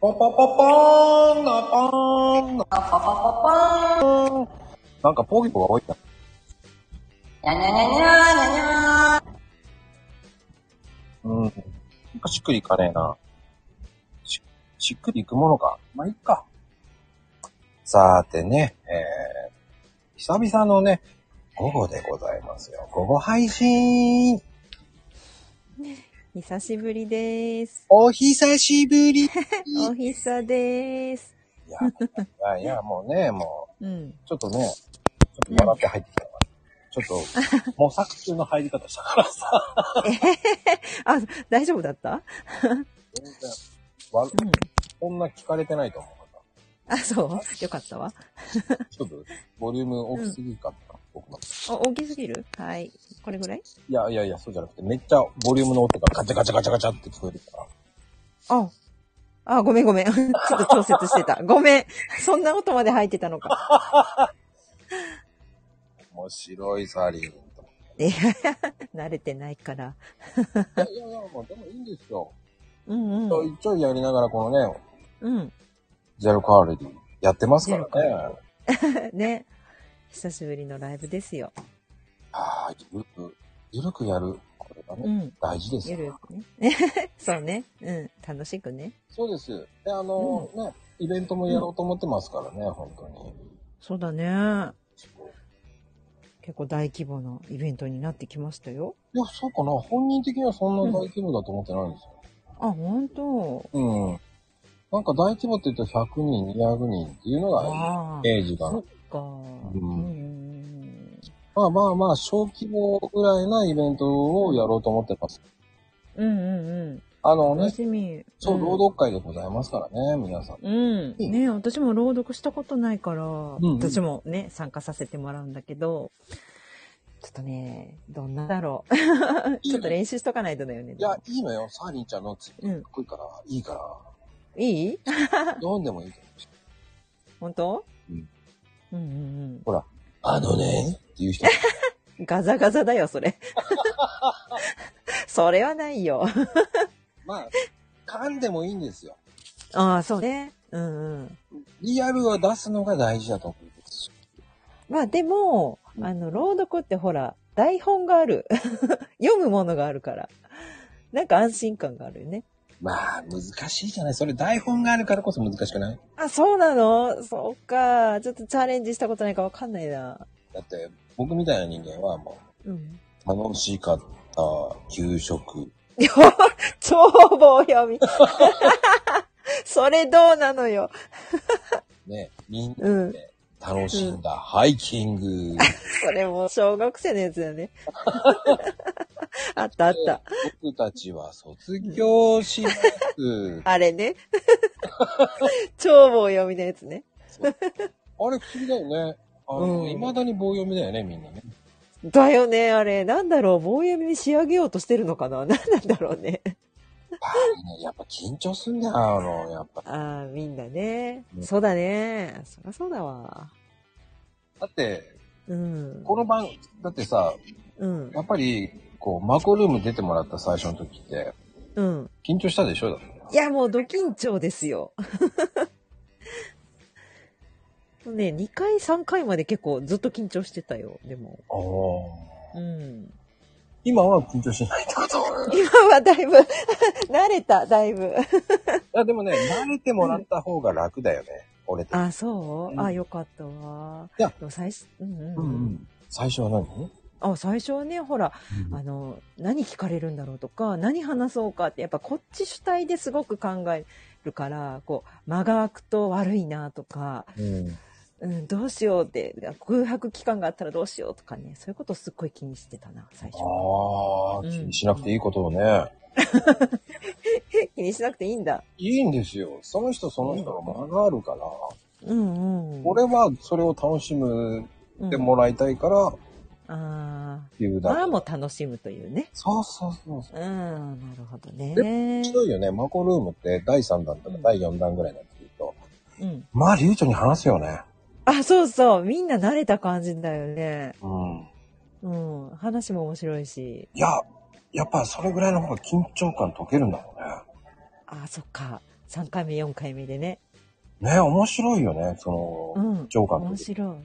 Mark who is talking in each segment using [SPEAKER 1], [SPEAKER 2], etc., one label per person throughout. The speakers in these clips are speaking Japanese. [SPEAKER 1] ポポポポーンなポーンな
[SPEAKER 2] ポポポポポーン。
[SPEAKER 1] なんかポギポが多いな。
[SPEAKER 2] にゃにゃにゃにゃにゃにゃ
[SPEAKER 1] うん。なんかしっくりいかねえな。し、しっくりいくものか。まあ、いっか。さーてね、えー、久々のね、午後でございますよ。午後配信
[SPEAKER 3] 久しぶりです。
[SPEAKER 1] お久しぶりい
[SPEAKER 3] おひさです。
[SPEAKER 1] や、いや、いや、もうね、も
[SPEAKER 3] うん。
[SPEAKER 1] う、ちょっとね、ちょっと笑って入ってきたから。ちょっ と、模索中の入り方したからさ。
[SPEAKER 3] あ、大丈夫だった
[SPEAKER 1] 全然、わ、
[SPEAKER 3] うん。
[SPEAKER 1] こんな聞かれてないと思うから。
[SPEAKER 3] あ、そうよかったわ。
[SPEAKER 1] ちょっと、ボリューム大きすぎるかった、僕の。
[SPEAKER 3] お、大きすぎるはい。これぐらい
[SPEAKER 1] いやいやいや、そうじゃなくて、めっちゃボリュームの音がガチャガチャガチャガチャって聞こえるから。
[SPEAKER 3] あ。あ、ごめんごめん。 ちょっと調節してた。ごめん。そんな音まで入ってたのか。
[SPEAKER 1] 面白い、サリン。い
[SPEAKER 3] いや慣れてないから。
[SPEAKER 1] やいやいや、もうでもいいんですよ。
[SPEAKER 3] うん
[SPEAKER 1] ちょ
[SPEAKER 3] うん。
[SPEAKER 1] いちょいやりながら、このね、
[SPEAKER 3] うん。
[SPEAKER 1] ジェルカールにやってますから
[SPEAKER 3] ゼロ
[SPEAKER 1] ね。
[SPEAKER 3] ね。久しぶりのライブですよ。
[SPEAKER 1] ああ、ゆるく、ゆるくやる。これがね、
[SPEAKER 3] うん。
[SPEAKER 1] 大事です
[SPEAKER 3] ゆ
[SPEAKER 1] よ。
[SPEAKER 3] るくね。 そうね。うん。楽しくね。
[SPEAKER 1] そうです。で、あのね、イベントもやろうと思ってますからね、本当に。
[SPEAKER 3] そうだね。結構大規模なイベントになってきましたよ。
[SPEAKER 1] いや、そうかな。本人的にはそんな大規模だと思ってないんですよ。
[SPEAKER 3] あ、本当。
[SPEAKER 1] うん。なんか大規模って言うと100人、200人っていうのが、
[SPEAKER 3] ああ
[SPEAKER 1] イ、メージが
[SPEAKER 3] そっか。
[SPEAKER 1] う
[SPEAKER 3] うんんうん
[SPEAKER 1] まあまあまあ、小規模ぐらいなイベントをやろうと思ってます。
[SPEAKER 3] うんうん
[SPEAKER 1] あ
[SPEAKER 3] う
[SPEAKER 1] の
[SPEAKER 3] ん。
[SPEAKER 1] ね
[SPEAKER 3] 楽、しみ。
[SPEAKER 1] そう、
[SPEAKER 3] ん
[SPEAKER 1] 朗。読会でございますからね、皆さん。
[SPEAKER 3] うん。ね私も朗読したことないから、
[SPEAKER 1] んうん
[SPEAKER 3] 私もね、参加させてもらうんだけど、ちょっとね、どんなだろう。ちょっと練習しとかないとだよね。
[SPEAKER 1] いや、いいのよ、サーリンちゃんのツイート
[SPEAKER 3] うん
[SPEAKER 1] かっこいいから、いいから、
[SPEAKER 3] いい
[SPEAKER 1] 読んでもいいけど。
[SPEAKER 3] 本当
[SPEAKER 1] うん。
[SPEAKER 3] うんうん
[SPEAKER 1] あのね、って いう人。
[SPEAKER 3] うん。ガザガザだよ、そ れ。それはないよ。
[SPEAKER 1] まあ、噛んでもいいんですよ。
[SPEAKER 3] ああ、そうね。うんうん。
[SPEAKER 1] リアルは出すのが大事だと思うんですよ。
[SPEAKER 3] まあでも、
[SPEAKER 1] うん
[SPEAKER 3] あの、朗読ってほら、台本がある。 読むものがあるから。なんか安心感があるよね。
[SPEAKER 1] まあ、難しいじゃない。それ台本があるからこそ難しくない
[SPEAKER 3] あ、そうなのそうか。ちょっとチャレンジしたことないかわかんないな。
[SPEAKER 1] だって、僕みたいな人間はも
[SPEAKER 3] うん。
[SPEAKER 1] う、楽しかった、給食。
[SPEAKER 3] よ、 超棒読み。 それどうなのよ。
[SPEAKER 1] ね、みんな
[SPEAKER 3] うん。
[SPEAKER 1] 楽しんだ、ハイキン グ。
[SPEAKER 3] それも小学生のやつだよね。あったあった。
[SPEAKER 1] 僕たちは卒業します。
[SPEAKER 3] あれね。 超棒読みのやつね。
[SPEAKER 1] あれ不思議だよね。あの、
[SPEAKER 3] うん
[SPEAKER 1] 未だに棒読みだよね、みんなね。
[SPEAKER 3] だよね、あれ。なんだろう、棒読みに仕上げようとしてるのかな なんなんだろうね。
[SPEAKER 1] あれねやっぱ緊張すんだよ、あの、やっぱ。
[SPEAKER 3] ああ、みんなね
[SPEAKER 1] う。ん
[SPEAKER 3] そうだね。そりゃそうだわ。
[SPEAKER 1] だって、
[SPEAKER 3] うん。
[SPEAKER 1] この番、だってさ、
[SPEAKER 3] うん
[SPEAKER 1] や。っぱり、こう、マコルーム出てもらった最初の時って、
[SPEAKER 3] うん。
[SPEAKER 1] 緊張したでしょだって
[SPEAKER 3] いや、もうド緊張ですよ。 もうね、2回、3回まで結構ずっと緊張してたよ、でも。うん。
[SPEAKER 1] 今は緊張しないってこと。い
[SPEAKER 3] 今はだいぶ、 慣れた、だいぶ。
[SPEAKER 1] や、でもね、慣れてもらった方が楽だよね、俺って。
[SPEAKER 3] あ、そう、
[SPEAKER 1] う
[SPEAKER 3] あ、
[SPEAKER 1] ん
[SPEAKER 3] よかったわ。
[SPEAKER 1] いや
[SPEAKER 3] でも最初、うんうん。
[SPEAKER 1] うんうん。最初は何
[SPEAKER 3] あ、最初はね、ほら、あの何聞かれるんだろうとか何話そうかってやっぱこっち主体ですごく考えるからこう間が空くと悪いなとか、
[SPEAKER 1] うん。
[SPEAKER 3] うん、どうしようって空白期間があったらどうしようとかねそういうことすっごい気にしてたな最初は
[SPEAKER 1] ああ、気にしなくていいことをね。
[SPEAKER 3] 気にしなくていいんだ
[SPEAKER 1] いいんですよ。その人その人の間があるから、
[SPEAKER 3] うんうん
[SPEAKER 1] 俺はそれを楽しむって
[SPEAKER 3] うん
[SPEAKER 1] もらいたいからっ
[SPEAKER 3] あ
[SPEAKER 1] ていう
[SPEAKER 3] ー
[SPEAKER 1] だけ。
[SPEAKER 3] まあもう楽しむというね
[SPEAKER 1] そうそうそうそう。
[SPEAKER 3] うんなるほどね
[SPEAKER 1] で面白いよね。マコルームって第3弾とか
[SPEAKER 3] うん
[SPEAKER 1] 第4弾ぐらいになってくると、
[SPEAKER 3] うん
[SPEAKER 1] まあ流暢に話すよね。
[SPEAKER 3] あそうそうみんな慣れた感じだよね
[SPEAKER 1] うん。
[SPEAKER 3] うん話も面白いし
[SPEAKER 1] いや、やっぱそれぐらいの方が緊張感解けるんだろうね。
[SPEAKER 3] あーそっか3回目、4回目でね。
[SPEAKER 1] ね、面白いよね、そうの、
[SPEAKER 3] ん。
[SPEAKER 1] 聴覚
[SPEAKER 3] 面白い。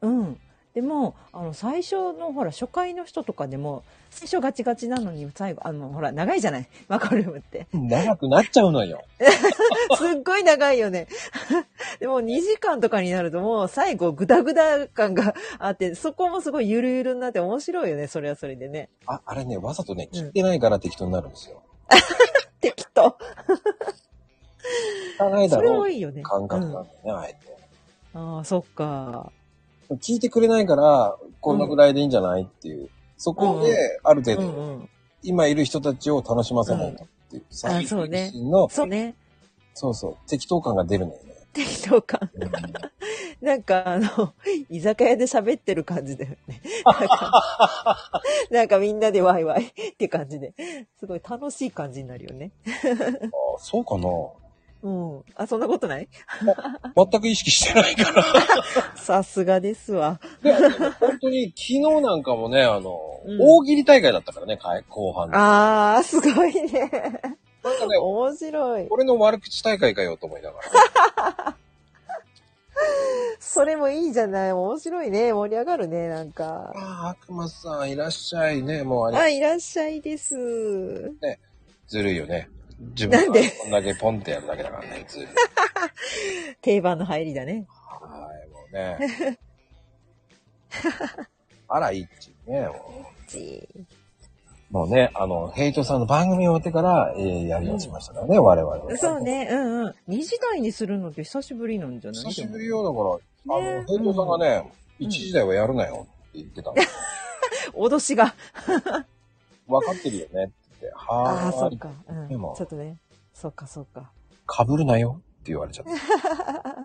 [SPEAKER 3] うん。でも、あの、最初の、ほら、初回の人とかでも、最初ガチガチなのに、最後、あの、ほら、長いじゃない マカルーム って。
[SPEAKER 1] 長くなっちゃうのよ。
[SPEAKER 3] すっごい長いよね。 でも2時間とかになるともう最後グダグダ感があって、そこもすごいゆるゆるになって面白いよね、それはそれでね。
[SPEAKER 1] あ、あれね、わざとね、
[SPEAKER 3] うん
[SPEAKER 1] 聞いてないから適当になるんですよ。
[SPEAKER 3] 適当。
[SPEAKER 1] 聞かないだ
[SPEAKER 3] それ
[SPEAKER 1] ろ
[SPEAKER 3] も
[SPEAKER 1] う
[SPEAKER 3] いいよね。
[SPEAKER 1] 感覚なんだよね、あえて。
[SPEAKER 3] うんああ、そっか。
[SPEAKER 1] 聞いてくれないから、こんなぐらいでいいんじゃないっていう。そこ
[SPEAKER 3] うん
[SPEAKER 1] で、ある
[SPEAKER 3] う
[SPEAKER 1] 程度、
[SPEAKER 3] んうん。
[SPEAKER 1] 今いる人たちを楽しませないとっていう。最
[SPEAKER 3] そうね
[SPEAKER 1] の、
[SPEAKER 3] そうね。
[SPEAKER 1] そうそう、適当感が出るのよね。
[SPEAKER 3] 適当感。
[SPEAKER 1] うん
[SPEAKER 3] なんかあの、 居酒屋で喋ってる感じだよ ね。なんかなんかみんなでワイ ワイって感じで。すごい楽しい感じになるよね。
[SPEAKER 1] あそうかな
[SPEAKER 3] うん。あ、そんなことない
[SPEAKER 1] 全く意識してないから。
[SPEAKER 3] さすがですわ。
[SPEAKER 1] で本当に昨日なんかもね、あの、
[SPEAKER 3] うん
[SPEAKER 1] 大喜利大会だったからね、かい後半。なん
[SPEAKER 3] ああ、すごいね。
[SPEAKER 1] かね、
[SPEAKER 3] 面白い。
[SPEAKER 1] 俺の悪口大会かよと思いながら。
[SPEAKER 3] それもいいじゃない。面白いね。盛り上がるね。なんか。
[SPEAKER 1] ああ、悪魔さんいらっしゃいね。もうあれ、
[SPEAKER 3] あ、いらっしゃいです。
[SPEAKER 1] ずるいよね。自分
[SPEAKER 3] なんで
[SPEAKER 1] こんだけポンってやるだけだからね、ずるい。
[SPEAKER 3] 定番の入りだね。
[SPEAKER 1] はい、もうね。 あら、いいっちね。も
[SPEAKER 3] ち
[SPEAKER 1] うもうね、あの、ヘイトさんの番組終わってから、えー、やりだしましたからね、我々は。
[SPEAKER 3] そう。ね。うんうん。2時台にするのって久しぶりなんじゃない
[SPEAKER 1] 久しぶりよ、だから、あ
[SPEAKER 3] ね
[SPEAKER 1] の、ヘイトさんがね、1時台はやるなよって言って たの。
[SPEAKER 3] 脅しが。
[SPEAKER 1] 分かってるよねって言って、
[SPEAKER 3] ああ、
[SPEAKER 1] は
[SPEAKER 3] そ
[SPEAKER 1] ー
[SPEAKER 3] う
[SPEAKER 1] い、
[SPEAKER 3] か。うん。
[SPEAKER 1] で
[SPEAKER 3] ち
[SPEAKER 1] も
[SPEAKER 3] ょっとね。そうか、そうか。
[SPEAKER 1] かぶるなよって言われちゃった。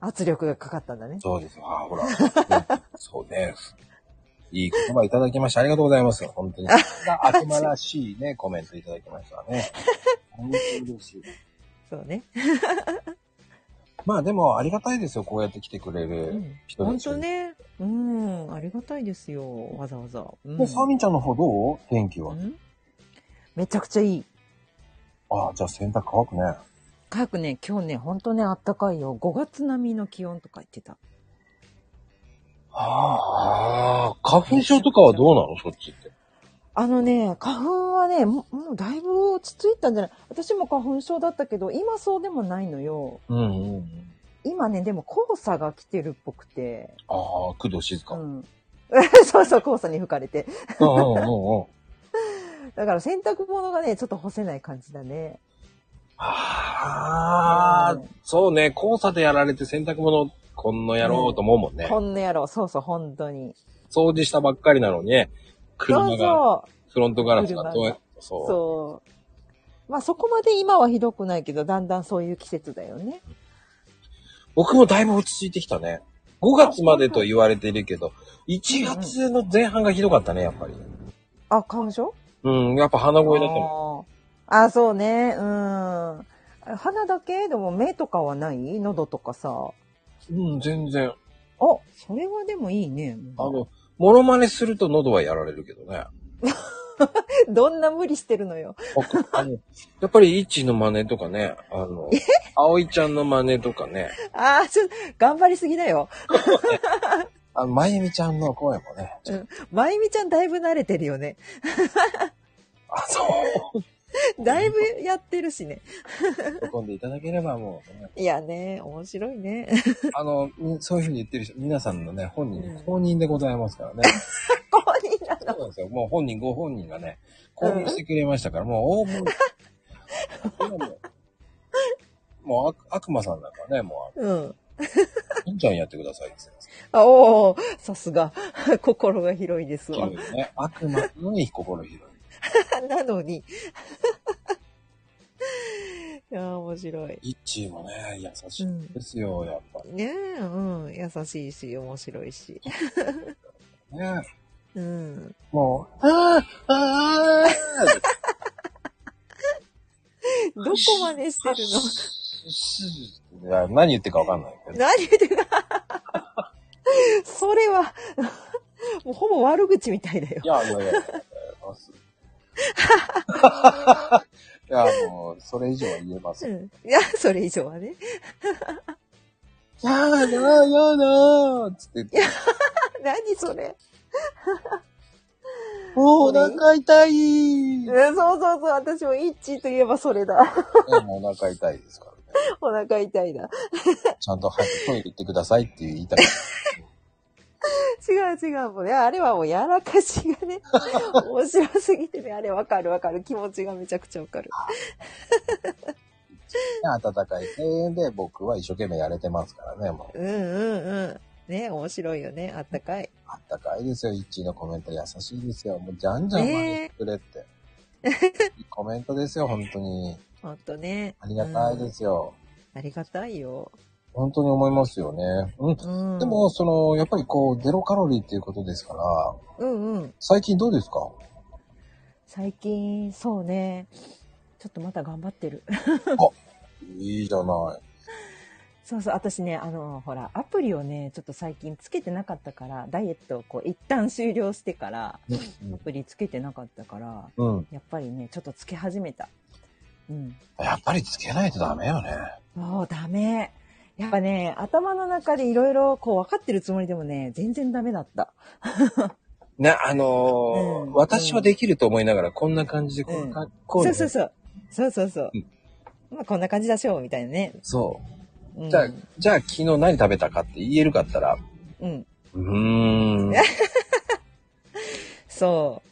[SPEAKER 3] 圧力がかかったんだね。
[SPEAKER 1] そうです。ああ、ほら。 そうね。いい言葉いただきました。ありがとうございます。本当に。悪魔らしいね、 コメントいただきましたね。本当に嬉しい。
[SPEAKER 3] そうね。
[SPEAKER 1] まあでも、ありがたいですよ。こうやって来てくれ
[SPEAKER 3] う
[SPEAKER 1] る
[SPEAKER 3] ん。
[SPEAKER 1] 人
[SPEAKER 3] 本
[SPEAKER 1] たち。
[SPEAKER 3] 当ね。うん。ありがたいですよ。わざわざ。うん
[SPEAKER 1] で。サーミンちゃんの方どう天気
[SPEAKER 3] う
[SPEAKER 1] は。
[SPEAKER 3] んめちゃくちゃいい。
[SPEAKER 1] ああ、じゃあ洗濯乾くね。
[SPEAKER 3] かくね、今日ね、ほんとね、あったかいよ。5月並みの気温とか言ってた。
[SPEAKER 1] ああ、花粉症とかはどうなのそっちって。
[SPEAKER 3] あのね、花粉はね、ももうだいぶ落ち着いたんじゃない私も花粉症だったけど、今そうでもないのよ。
[SPEAKER 1] うんうんうん。
[SPEAKER 3] 今ね、でも黄砂が来てるっぽくて。
[SPEAKER 1] ああ、工藤静
[SPEAKER 3] う
[SPEAKER 1] 香。うん
[SPEAKER 3] ん。 そうそう、黄砂に吹かれて。
[SPEAKER 1] うんうんうん。
[SPEAKER 3] だから洗濯物がね、ちょっと干せない感じだね。
[SPEAKER 1] ああ、そうね。交差でやられて洗濯物、こんの野郎と思うもんね。
[SPEAKER 3] こんな野郎、そうそう、本当に。
[SPEAKER 1] 掃除したばっかりなのにね、
[SPEAKER 3] そ
[SPEAKER 1] 車
[SPEAKER 3] う
[SPEAKER 1] が、
[SPEAKER 3] そう。
[SPEAKER 1] フロントガラスが、
[SPEAKER 3] 車が
[SPEAKER 1] そうそう。
[SPEAKER 3] そう。まあそこまで今はひどくないけど、だんだんそういう季節だよね。
[SPEAKER 1] 僕もだいぶ落ち着いてきたね。5月までと言われているけど、1月の前半がひどかったね、やっぱり。
[SPEAKER 3] あ、花粉症
[SPEAKER 1] うん、やっぱ鼻声だったもん。
[SPEAKER 3] あーあ、そうね。うん。鼻だけでも目とかはない喉とかさ。あ、
[SPEAKER 1] うん、全然。
[SPEAKER 3] それはでもいいね。
[SPEAKER 1] あの、モノマネすると喉はやられるけどね。
[SPEAKER 3] どんな無理してるのよ。
[SPEAKER 1] 僕あのやっぱり、イッチの真似とかね、あの、葵ちゃんの真似とかね、
[SPEAKER 3] ああ、ちょっと、頑張りすぎだよ。
[SPEAKER 1] あの、まゆみちゃんの声もね、
[SPEAKER 3] まゆみちゃんだいぶ慣れてるよね。
[SPEAKER 1] あ、そう。
[SPEAKER 3] だいぶやってるしね。
[SPEAKER 1] 喜んでいただければもう、
[SPEAKER 3] いやね、面白いね。
[SPEAKER 1] あの、みそういうふうに言ってる人、皆さんのね、本人
[SPEAKER 3] うん
[SPEAKER 1] ね、公認でございますからね。
[SPEAKER 3] ここにな
[SPEAKER 1] そうなんですよ。もう本人、ご本人がね、公認してくれましたから、もうオープン。今もうもう悪悪魔さんなんかね、も
[SPEAKER 3] うん。
[SPEAKER 1] う、いんちゃんやってくださいって
[SPEAKER 3] あ、おお、さすが。 心が広いです
[SPEAKER 1] 言
[SPEAKER 3] わ
[SPEAKER 1] うん。ですよ。ね、悪魔のに心広い。
[SPEAKER 3] なのに。い やー、面白い。
[SPEAKER 1] イッチーもね、優しいんですよ、やっぱ
[SPEAKER 3] ねえ、うん。優しいし、面白いし。
[SPEAKER 1] りね。
[SPEAKER 3] うん。
[SPEAKER 1] もう、あーあー
[SPEAKER 3] どこまでしてるの
[SPEAKER 1] いや何言ってるかわかんないけ ど。
[SPEAKER 3] 何言ってるそれは、 もうほぼ悪口みたいだよ
[SPEAKER 1] い。や、いやいや、いやいやいや、もう、それ以上は言えません。
[SPEAKER 3] うん。いや、それ以上はね。
[SPEAKER 1] やだやだつって、
[SPEAKER 3] 何それ。
[SPEAKER 1] もうお腹痛
[SPEAKER 3] うん
[SPEAKER 1] い
[SPEAKER 3] そうそうそう。私もイッチーといえばそれだ。
[SPEAKER 1] もうお腹痛いですからね。
[SPEAKER 3] お腹痛いな。
[SPEAKER 1] ちゃんと早くトイレ行ってくださいって言いたい。
[SPEAKER 3] 違う違う。もうね、あれはもうやらかし がね、面白すぎてね、あれわかるわかる。気持ちがめちゃくちゃわかる。
[SPEAKER 1] 温かい声援で僕は一生懸命やれてますからね、もう。
[SPEAKER 3] うんうんうん。ね、面白いよね。あったかい。
[SPEAKER 1] あったかいですよ、イッチーのコメント優しいですよ。もうじゃんじゃん真似してくれって。いいコメントですよ、本当に。
[SPEAKER 3] ほんとね。。
[SPEAKER 1] ありがたいですすよ。
[SPEAKER 3] ありがたいよ。
[SPEAKER 1] 本当に思いますよね。うん。
[SPEAKER 3] うん。
[SPEAKER 1] で、も、その、やっぱりこう、ゼロカロリーっていうことですから、
[SPEAKER 3] うんうん。
[SPEAKER 1] 最近どうですか
[SPEAKER 3] 最近、そうね。ちょっとまた頑張ってる。
[SPEAKER 1] いいじゃない。
[SPEAKER 3] そうそう、私ね、あの、ほら、アプリをね、ちょっと最近つけてなかったから、ダイエットをこう、一旦終了してから、アプリつけてなかったから、
[SPEAKER 1] うん。
[SPEAKER 3] やっぱりね、ちょっとつけ始めた。うん。
[SPEAKER 1] やっぱりつけないとダメよね。
[SPEAKER 3] もうダメ。やっぱね、頭の中でいろいろこう、分かってるつもりでもね、全然ダメだった。
[SPEAKER 1] ね、あのー
[SPEAKER 3] うん
[SPEAKER 1] 私はできると思いながら、こんな感じで、この格好で、
[SPEAKER 3] そうそうそう。そうそうそう
[SPEAKER 1] う。
[SPEAKER 3] まあ、こんな感じだしょう、みたいなね。
[SPEAKER 1] そう。
[SPEAKER 3] うん、
[SPEAKER 1] じゃあ、じゃあ昨日何食べたかって言えるかったら、
[SPEAKER 3] うん。
[SPEAKER 1] うーん。
[SPEAKER 3] そう。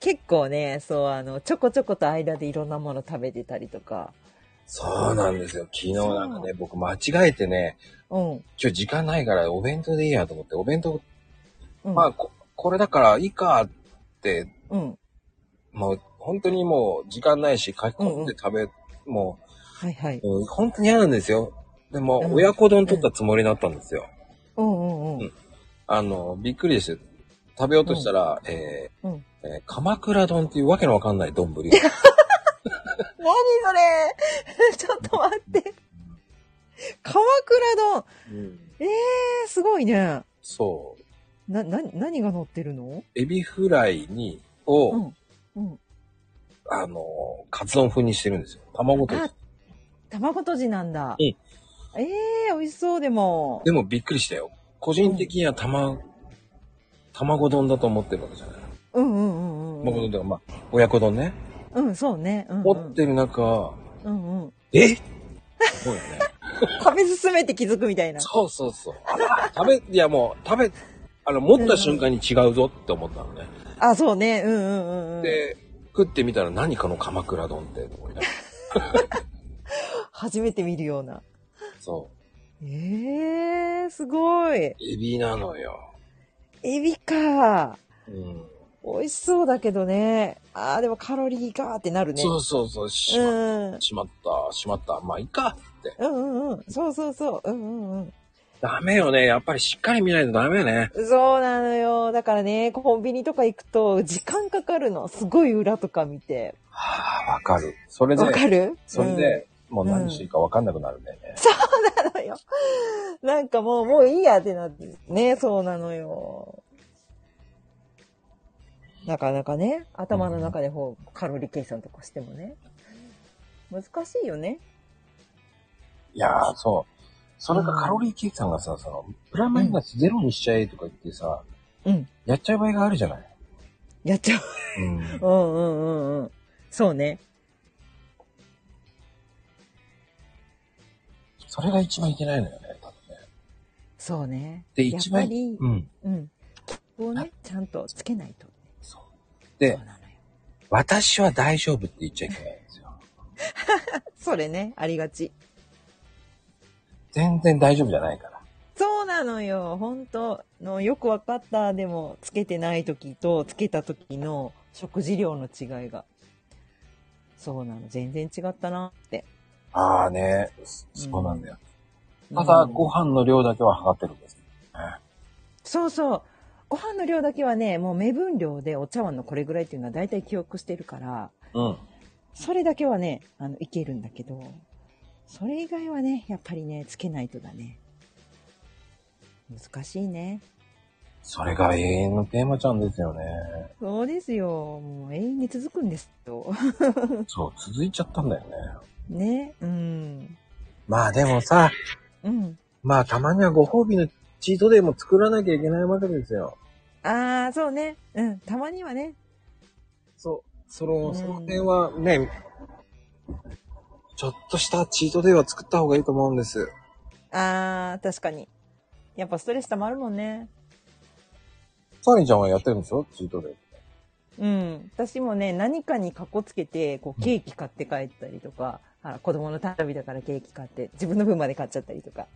[SPEAKER 3] 結構ね、そう、あの、ちょこちょこと間でいろんなもの食べてたりとか。
[SPEAKER 1] そうなんですよ。昨日なんかね、僕間違えてね、
[SPEAKER 3] うん。
[SPEAKER 1] 今日時間ないからお弁当でいいやと思って、お弁当、
[SPEAKER 3] うん。
[SPEAKER 1] まあこ、これだからいいかって、
[SPEAKER 3] うん。
[SPEAKER 1] もう本当にもう時間ないし書き込んで食べ、も
[SPEAKER 3] はいはい。
[SPEAKER 1] う、もう本当に嫌なんですよ。でも、
[SPEAKER 3] うん
[SPEAKER 1] 親子丼取ったつもりだったんですよ。
[SPEAKER 3] うんうんう
[SPEAKER 1] うん
[SPEAKER 3] ん。
[SPEAKER 1] あの、びっくりですよ。食べようとしたら、えー
[SPEAKER 3] うん
[SPEAKER 1] えー鎌倉丼っていうわけのわかんない丼。
[SPEAKER 3] 何それ ちょっと待って。鎌倉丼
[SPEAKER 1] うん、
[SPEAKER 3] えー、すごいね。
[SPEAKER 1] そう。
[SPEAKER 3] な、な、何が乗ってるの
[SPEAKER 1] エビフライに、を、
[SPEAKER 3] うん。うん。
[SPEAKER 1] あの、カツ丼風にしてるんですよ。卵と。
[SPEAKER 3] あ、卵とじなんだ。
[SPEAKER 1] うん
[SPEAKER 3] ええー、美味しそうでも。
[SPEAKER 1] でもびっくりしたよ。個人的には卵、卵丼だと思ってるわけじゃない。
[SPEAKER 3] うんうんうんうん
[SPEAKER 1] 卵丼。だから、まあ、親子丼ね。
[SPEAKER 3] うん、そうね。うん、う
[SPEAKER 1] 持
[SPEAKER 3] ん
[SPEAKER 1] っ。てる中、
[SPEAKER 3] うんうん。
[SPEAKER 1] えそうよね。
[SPEAKER 3] 食べ進めて気づくみたいな。
[SPEAKER 1] そうそうそう。あら、食べ、いやもう、食べ、あの、持った瞬間に違うぞって思ったのね。
[SPEAKER 3] あ、そうね。うんうんうんうん。
[SPEAKER 1] で、食ってみたら何かの鎌倉丼って思いながら。
[SPEAKER 3] 初めて見るような。
[SPEAKER 1] そ
[SPEAKER 3] ええー、すごい。
[SPEAKER 1] う。エビなのよ。
[SPEAKER 3] エビか。
[SPEAKER 1] うん。
[SPEAKER 3] 美味しそうだけどね。ああ、でもカロリーがーってなるね。
[SPEAKER 1] そうそうそう。し
[SPEAKER 3] う
[SPEAKER 1] ま,、
[SPEAKER 3] ん。うん
[SPEAKER 1] しまった、しまった。まあいいかって。
[SPEAKER 3] うんうん。そうそうそう。うんうんうん。
[SPEAKER 1] ダメよね。やっぱりしっかり見ないとダメね。
[SPEAKER 3] そうなのよ。だからね、コンビニとか行くと時間かかるの。すごい裏とか見て。
[SPEAKER 1] はあ、わかる。それ
[SPEAKER 3] わ
[SPEAKER 1] で、
[SPEAKER 3] かる
[SPEAKER 1] それ、で、もう何していいかわかんなくなるんだよね。
[SPEAKER 3] うんそうなのよ。なんかもう、もういいやってなって。ね、そうなのよ。なかなかね、頭の中でこう、カロリー計算とかしてもね。難しいよね。
[SPEAKER 1] いやー、そう。それがカロリー計算がさ、その、プラマイナスゼロにしちゃえとか言ってさ、
[SPEAKER 3] うん。
[SPEAKER 1] やっちゃう場合があるじゃない。
[SPEAKER 3] やっちゃう。
[SPEAKER 1] うん
[SPEAKER 3] う。んうんうんうん。そうね。
[SPEAKER 1] それが一番いけないのよね、多分ね。
[SPEAKER 3] そうね。
[SPEAKER 1] で、
[SPEAKER 3] やっ
[SPEAKER 1] 一
[SPEAKER 3] ぱ
[SPEAKER 1] 番、
[SPEAKER 3] り、
[SPEAKER 1] うん。
[SPEAKER 3] うん。こうね、ちゃんとつけないと。
[SPEAKER 1] そう。で
[SPEAKER 3] そう、なのよ。
[SPEAKER 1] 私は大丈夫って言っちゃいけないんですよ。
[SPEAKER 3] それね、ありがち。
[SPEAKER 1] 全然大丈夫じゃないから。
[SPEAKER 3] そうなのよ。本当の、よくわかった。でも、つけてない時と、つけた時の食事量の違いが。そうなの。全然違ったなって。
[SPEAKER 1] ああね、そうなんだよ。た
[SPEAKER 3] う
[SPEAKER 1] だ、
[SPEAKER 3] ん
[SPEAKER 1] ご飯の量だけは測ってるんです。
[SPEAKER 3] そうそう。ご飯の量だけはね、もう目分量でお茶碗のこれぐらいっていうのは大体記憶してるから、
[SPEAKER 1] うん。
[SPEAKER 3] それだけはね、あの、いけるんだけど、それ以外はね、やっぱりね、つけないとだね。難しいね。
[SPEAKER 1] それが永遠のテーマちゃんですよね。
[SPEAKER 3] そうですよ。もう永遠に続くんですよ。
[SPEAKER 1] そう、続いちゃったんだよね。
[SPEAKER 3] ね。うん。
[SPEAKER 1] まあでもさ、
[SPEAKER 3] うん。
[SPEAKER 1] まあたまにはご褒美のチートデイも作らなきゃいけないわけですよ。
[SPEAKER 3] ああ、そうね。うん。たまにはね。
[SPEAKER 1] そう。そうの、
[SPEAKER 3] ん
[SPEAKER 1] その辺はね、ちょっとしたチートデイは作った方がいいと思うんです。
[SPEAKER 3] ああ、確かに。やっぱストレス溜まるもんね。
[SPEAKER 1] サーリンちゃんはやってるんでしょチートデイ。
[SPEAKER 3] うん。私もね、何かにかこつけて、こう、ケーキ買って帰ったりとか、あら、子供の誕生日だからケーキ買って、自分の分まで買っちゃったりとか。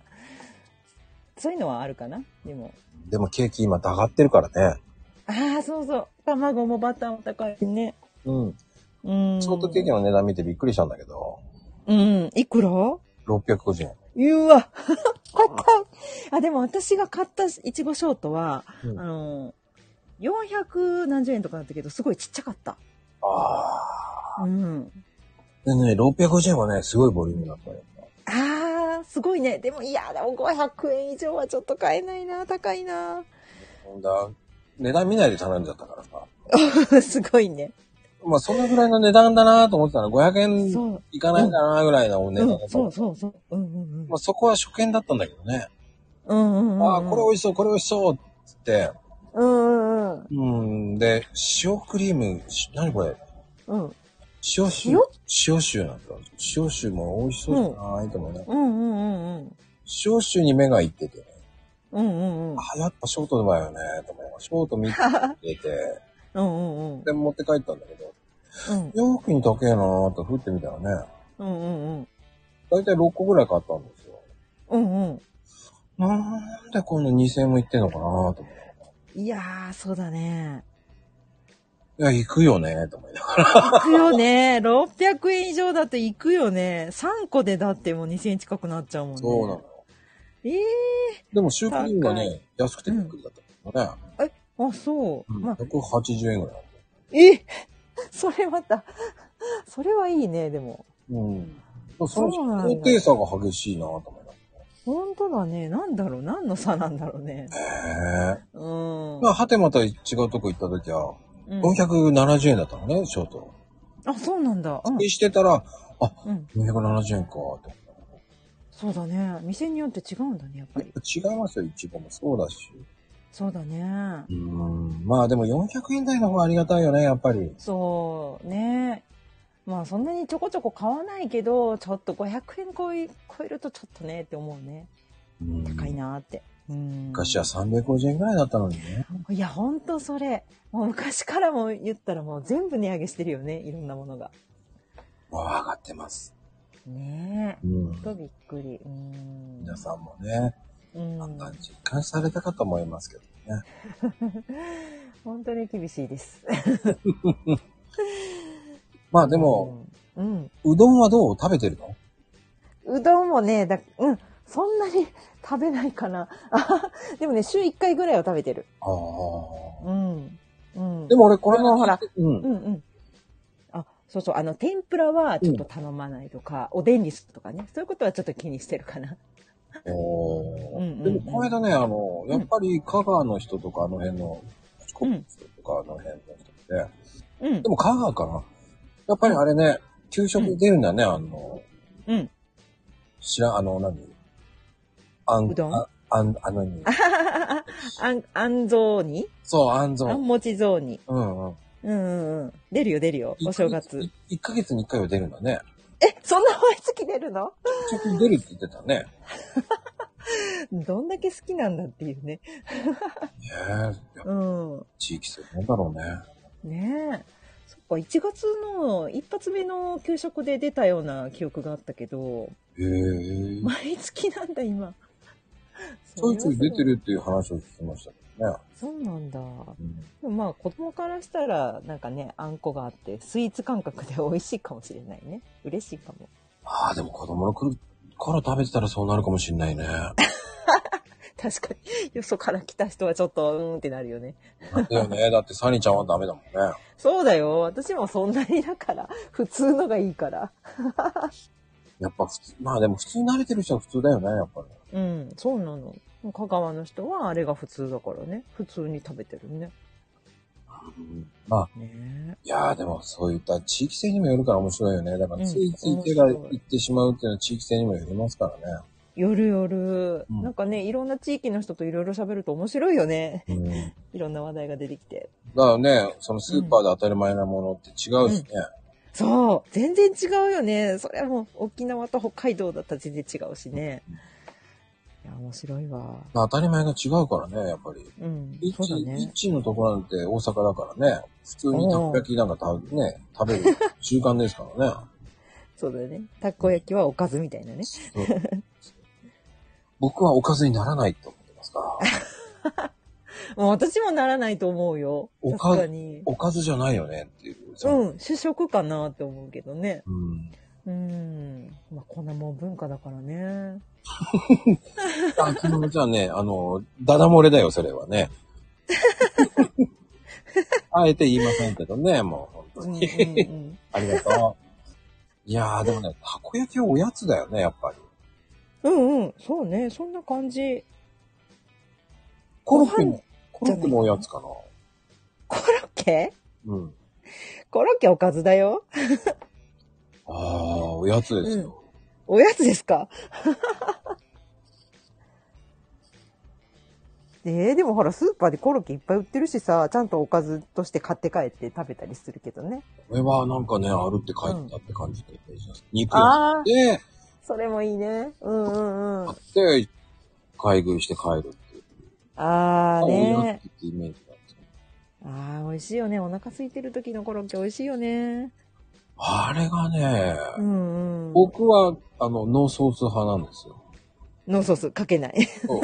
[SPEAKER 3] そういうのはあるかなでも。
[SPEAKER 1] でもケーキ今だがってるからね。
[SPEAKER 3] ああ、そうそう。卵もバターも高いしね。
[SPEAKER 1] うん。
[SPEAKER 3] うん。
[SPEAKER 1] ショートケーキの値段見てびっくりしたんだけど、
[SPEAKER 3] うん。いくら
[SPEAKER 1] 650円。
[SPEAKER 3] うわ 高いあ、でも私が買ったいちごショートは、
[SPEAKER 1] うん
[SPEAKER 3] あの、400何十円とかだったけど、すごいちっちゃかった。
[SPEAKER 1] ああ。
[SPEAKER 3] うん。
[SPEAKER 1] でね、650円はね、すごいボリュームだったよ。
[SPEAKER 3] あー、すごいね。でも、いや、でも500円以上はちょっと買えないな、高いな。
[SPEAKER 1] ほんだ、値段見ないで頼んじゃったからさ。
[SPEAKER 3] すごいね。
[SPEAKER 1] まあ、そのぐらいの値段だなと思ってたら、500円
[SPEAKER 3] そう。
[SPEAKER 1] いかないかなぐらいのお値
[SPEAKER 3] う
[SPEAKER 1] 段
[SPEAKER 3] ん
[SPEAKER 1] だった、
[SPEAKER 3] そうそうそう。うんうんうん。
[SPEAKER 1] まあ、そこは初見だったんだけどね。
[SPEAKER 3] うんうんうん。
[SPEAKER 1] ああ、これ美味しそう、これ美味しそうっつって。
[SPEAKER 3] うんうん
[SPEAKER 1] うん、で、塩クリーム、し何これ
[SPEAKER 3] うん。うん
[SPEAKER 1] 塩臭
[SPEAKER 3] 塩
[SPEAKER 1] 塩臭なんだ。塩臭も美味しそうだなぁと思うね。
[SPEAKER 3] うんうんうん。
[SPEAKER 1] 塩臭に目がいっててね。
[SPEAKER 3] うんうんうん。
[SPEAKER 1] あ、やっぱショートでもよね、と思う。ショート見てて、
[SPEAKER 3] うんうんうん。
[SPEAKER 1] で、持って帰ったんだけど、
[SPEAKER 3] うん
[SPEAKER 1] 容器に高えなぁと振ってみたらね、
[SPEAKER 3] うんうんうん。
[SPEAKER 1] だいたい6個ぐらい買ったんですよ。
[SPEAKER 3] うんうん。
[SPEAKER 1] なんでこんな2000円もいってんのかなぁと思う。
[SPEAKER 3] いやー、そうだね。
[SPEAKER 1] いや、行くよね、と思いながら。
[SPEAKER 3] 行くよね。600円以上だと行くよね。3個でだってもう2000円近くなっちゃうもんね。
[SPEAKER 1] そうなの。
[SPEAKER 3] え
[SPEAKER 1] でも、シュークリームがね、安くてびっくりだったんだよね。
[SPEAKER 3] えー。あ、そう。まあ、
[SPEAKER 1] 180円ぐらい。
[SPEAKER 3] えそれまた、それはいいね、でも。
[SPEAKER 1] うん。そ
[SPEAKER 3] そう
[SPEAKER 1] の
[SPEAKER 3] なんだ
[SPEAKER 1] 高低差が激しいなぁと思いな
[SPEAKER 3] 本当だね。なんだろう何の差なんだろうね。
[SPEAKER 1] がら。へえ。
[SPEAKER 3] うん。
[SPEAKER 1] まあ、はてまた違うとこ行った時は、
[SPEAKER 3] うん
[SPEAKER 1] 470円だったのね、ショート。
[SPEAKER 3] あ、そうなんだ。
[SPEAKER 1] でしてたら、
[SPEAKER 3] うん。うん。
[SPEAKER 1] 470円か、と。
[SPEAKER 3] そうだね。店によって違うんだね、やっぱり。
[SPEAKER 1] 違いますよ、いちごもそうだし。
[SPEAKER 3] そうだね。
[SPEAKER 1] うん。まあでも400円台の方がありがたいよね、やっぱり。
[SPEAKER 3] そう、ね。まあそんなにちょこちょこ買わないけど、ちょっと500円超え超えるとちょっとねって思うね。
[SPEAKER 1] うん
[SPEAKER 3] 高い。なーって。うん。
[SPEAKER 1] 昔は350円ぐらいだったのにね。
[SPEAKER 3] いや、ほんとそれ。もう昔からも言ったらもう全部値上げしてるよね。いろんなものが。
[SPEAKER 1] まあ上がってます。
[SPEAKER 3] ねえ。
[SPEAKER 1] うん。
[SPEAKER 3] ほんとびっくり。うん。
[SPEAKER 1] 皆さんもね、
[SPEAKER 3] うん
[SPEAKER 1] だん だん実感されたかと思いますけどね。
[SPEAKER 3] 本当に厳しいです。
[SPEAKER 1] まあでも、、
[SPEAKER 3] うん。
[SPEAKER 1] うどんはどう食べてるの
[SPEAKER 3] うどんもね、だうん、そんなに食べないかな。 あでもね、週1回ぐらいは食べてる。
[SPEAKER 1] あ
[SPEAKER 3] うん。うん。
[SPEAKER 1] あ。でも俺これ
[SPEAKER 3] でもほら、
[SPEAKER 1] う。
[SPEAKER 3] うんんうん。あ、そうそう、あの、天ぷらはちょっと頼まないとか、おでんにするとかね、そういうことはちょっと気にしてるかな。
[SPEAKER 1] お
[SPEAKER 3] うんうんう
[SPEAKER 1] ー
[SPEAKER 3] ん
[SPEAKER 1] でもこれだね、あの、やっぱり香川の人とかあの辺の、四国の人とかあの辺の人って、
[SPEAKER 3] うん
[SPEAKER 1] で。も香川かな。やっぱりあれね、給食で出るんだね、あの、
[SPEAKER 3] うん。
[SPEAKER 1] 知らん、あの、何あん、
[SPEAKER 3] うどん
[SPEAKER 1] ああん、あのに
[SPEAKER 3] あ。ははははあん、あんぞうに
[SPEAKER 1] そう、あんぞ
[SPEAKER 3] あん
[SPEAKER 1] ん。
[SPEAKER 3] もちぞうに。
[SPEAKER 1] うんうん。
[SPEAKER 3] うんうんうん。出るよ出るよ、お正月。。
[SPEAKER 1] 1ヶ月に1回は出るんだね。
[SPEAKER 3] え、そんな毎月出るの
[SPEAKER 1] 給食出るって言ってたね。
[SPEAKER 3] どんだけ好きなんだっていうね。
[SPEAKER 1] ねえ、やっぱ
[SPEAKER 3] うん。
[SPEAKER 1] 地域性なんだろうね。
[SPEAKER 3] ねえ。そっか、1月の一発目の給食で出たような記憶があったけど、
[SPEAKER 1] へえ。
[SPEAKER 3] 毎月なんだ、今。
[SPEAKER 1] ちょいちょい出て
[SPEAKER 3] る。
[SPEAKER 1] るっていう話を聞きましたけどね。
[SPEAKER 3] そうなんだ。
[SPEAKER 1] うん
[SPEAKER 3] でもまあ、子供からしたら、なんかね、あんこがあって、スイーツ感覚で美味しいかもしれないね。嬉しいかも。
[SPEAKER 1] ああ、でも子供の頃から食べてたらそうなるかもしんないね。
[SPEAKER 3] 確かに、よそから来た人はちょっと、うーんってなるよね。
[SPEAKER 1] だよね。だ ってサニーちゃんはダメだもんね。
[SPEAKER 3] そうだよ。私もそんなにだから、 普通のがいいから。
[SPEAKER 1] やっぱ普通、まあでも普通に慣れてる人は普通だよね、やっぱり。
[SPEAKER 3] うん、そうなの。香川の人はあれが普通だからね。普通に食べてるね。
[SPEAKER 1] あうんまあ、
[SPEAKER 3] ね
[SPEAKER 1] いやーでもそういった地域性にもよるから面白いよね。だからついつい手が
[SPEAKER 3] うん面白
[SPEAKER 1] い
[SPEAKER 3] い
[SPEAKER 1] ってしまうっていうのは地域性にもよりますからね。
[SPEAKER 3] 夜夜、
[SPEAKER 1] うん
[SPEAKER 3] なんかね、いろんな地域の人といろいろ喋ると面白いよね。
[SPEAKER 1] うん、だ
[SPEAKER 3] いろんな話題が出てきて。
[SPEAKER 1] からね、そのスーパーで当たり前なものって違うしね。
[SPEAKER 3] そう全然違うよね。それはもう沖縄と北海道だったら全然違うしね。いや、面白いわ。
[SPEAKER 1] 当たり前が違うからね、やっぱり。
[SPEAKER 3] うん
[SPEAKER 1] 一。
[SPEAKER 3] そうだ
[SPEAKER 1] ッ
[SPEAKER 3] ね。
[SPEAKER 1] チのとこなんて大阪だからね、普通にたこ焼きなんか食べ,、ね、食べる習慣ですからね。
[SPEAKER 3] そうだね。たこ焼きはおかずみたいなね。
[SPEAKER 1] そう僕はおかずにならないと思ってますから。
[SPEAKER 3] もう私もならないと思うよ。
[SPEAKER 1] おか
[SPEAKER 3] 確かに。
[SPEAKER 1] おかずじゃないよねっていう。
[SPEAKER 3] うん、主食かなって思うけどね。
[SPEAKER 1] うん。
[SPEAKER 3] うん。まあ、こんなもん文化だから ね。
[SPEAKER 1] あ、きのみちゃんね、あの、ダダ漏れだよ、それは ね。あえて言いませんけどね、もう本当
[SPEAKER 3] うんうん
[SPEAKER 1] に。
[SPEAKER 3] うん。
[SPEAKER 1] ありがとう。いやー、でもね、たこ焼きはおやつだよね、やっぱり。
[SPEAKER 3] うんうん。そうね。そんな感じ。
[SPEAKER 1] コロッケも、コ
[SPEAKER 3] ご
[SPEAKER 1] ロ
[SPEAKER 3] 飯じゃない
[SPEAKER 1] ッケもおやつかな。
[SPEAKER 3] コロッケ
[SPEAKER 1] うん。
[SPEAKER 3] コロッケおかずだよ。
[SPEAKER 1] ああ、おやつですよ。
[SPEAKER 3] おやつですか えー、でもほら、スーパーでコロッケいっぱい売ってるしさ、ちゃんとおかずとして買って帰って食べたりするけどね。
[SPEAKER 1] これはなんかね、あるって書いてあって感じで、肉屋
[SPEAKER 3] ああ、
[SPEAKER 1] で、
[SPEAKER 3] それもいいね。うんうんうん。
[SPEAKER 1] 買
[SPEAKER 3] あ
[SPEAKER 1] って、買い食いして帰るっていう。
[SPEAKER 3] あー
[SPEAKER 1] おや
[SPEAKER 3] ね
[SPEAKER 1] つってイメージなんですよ。
[SPEAKER 3] ああ、美味しいよね。お腹空いてる時のコロッケ美味しいよね。
[SPEAKER 1] あれがね、
[SPEAKER 3] うんうん。
[SPEAKER 1] 僕は、あの、ノーソース派なんです よ。
[SPEAKER 3] ノーソースかけない。
[SPEAKER 1] そう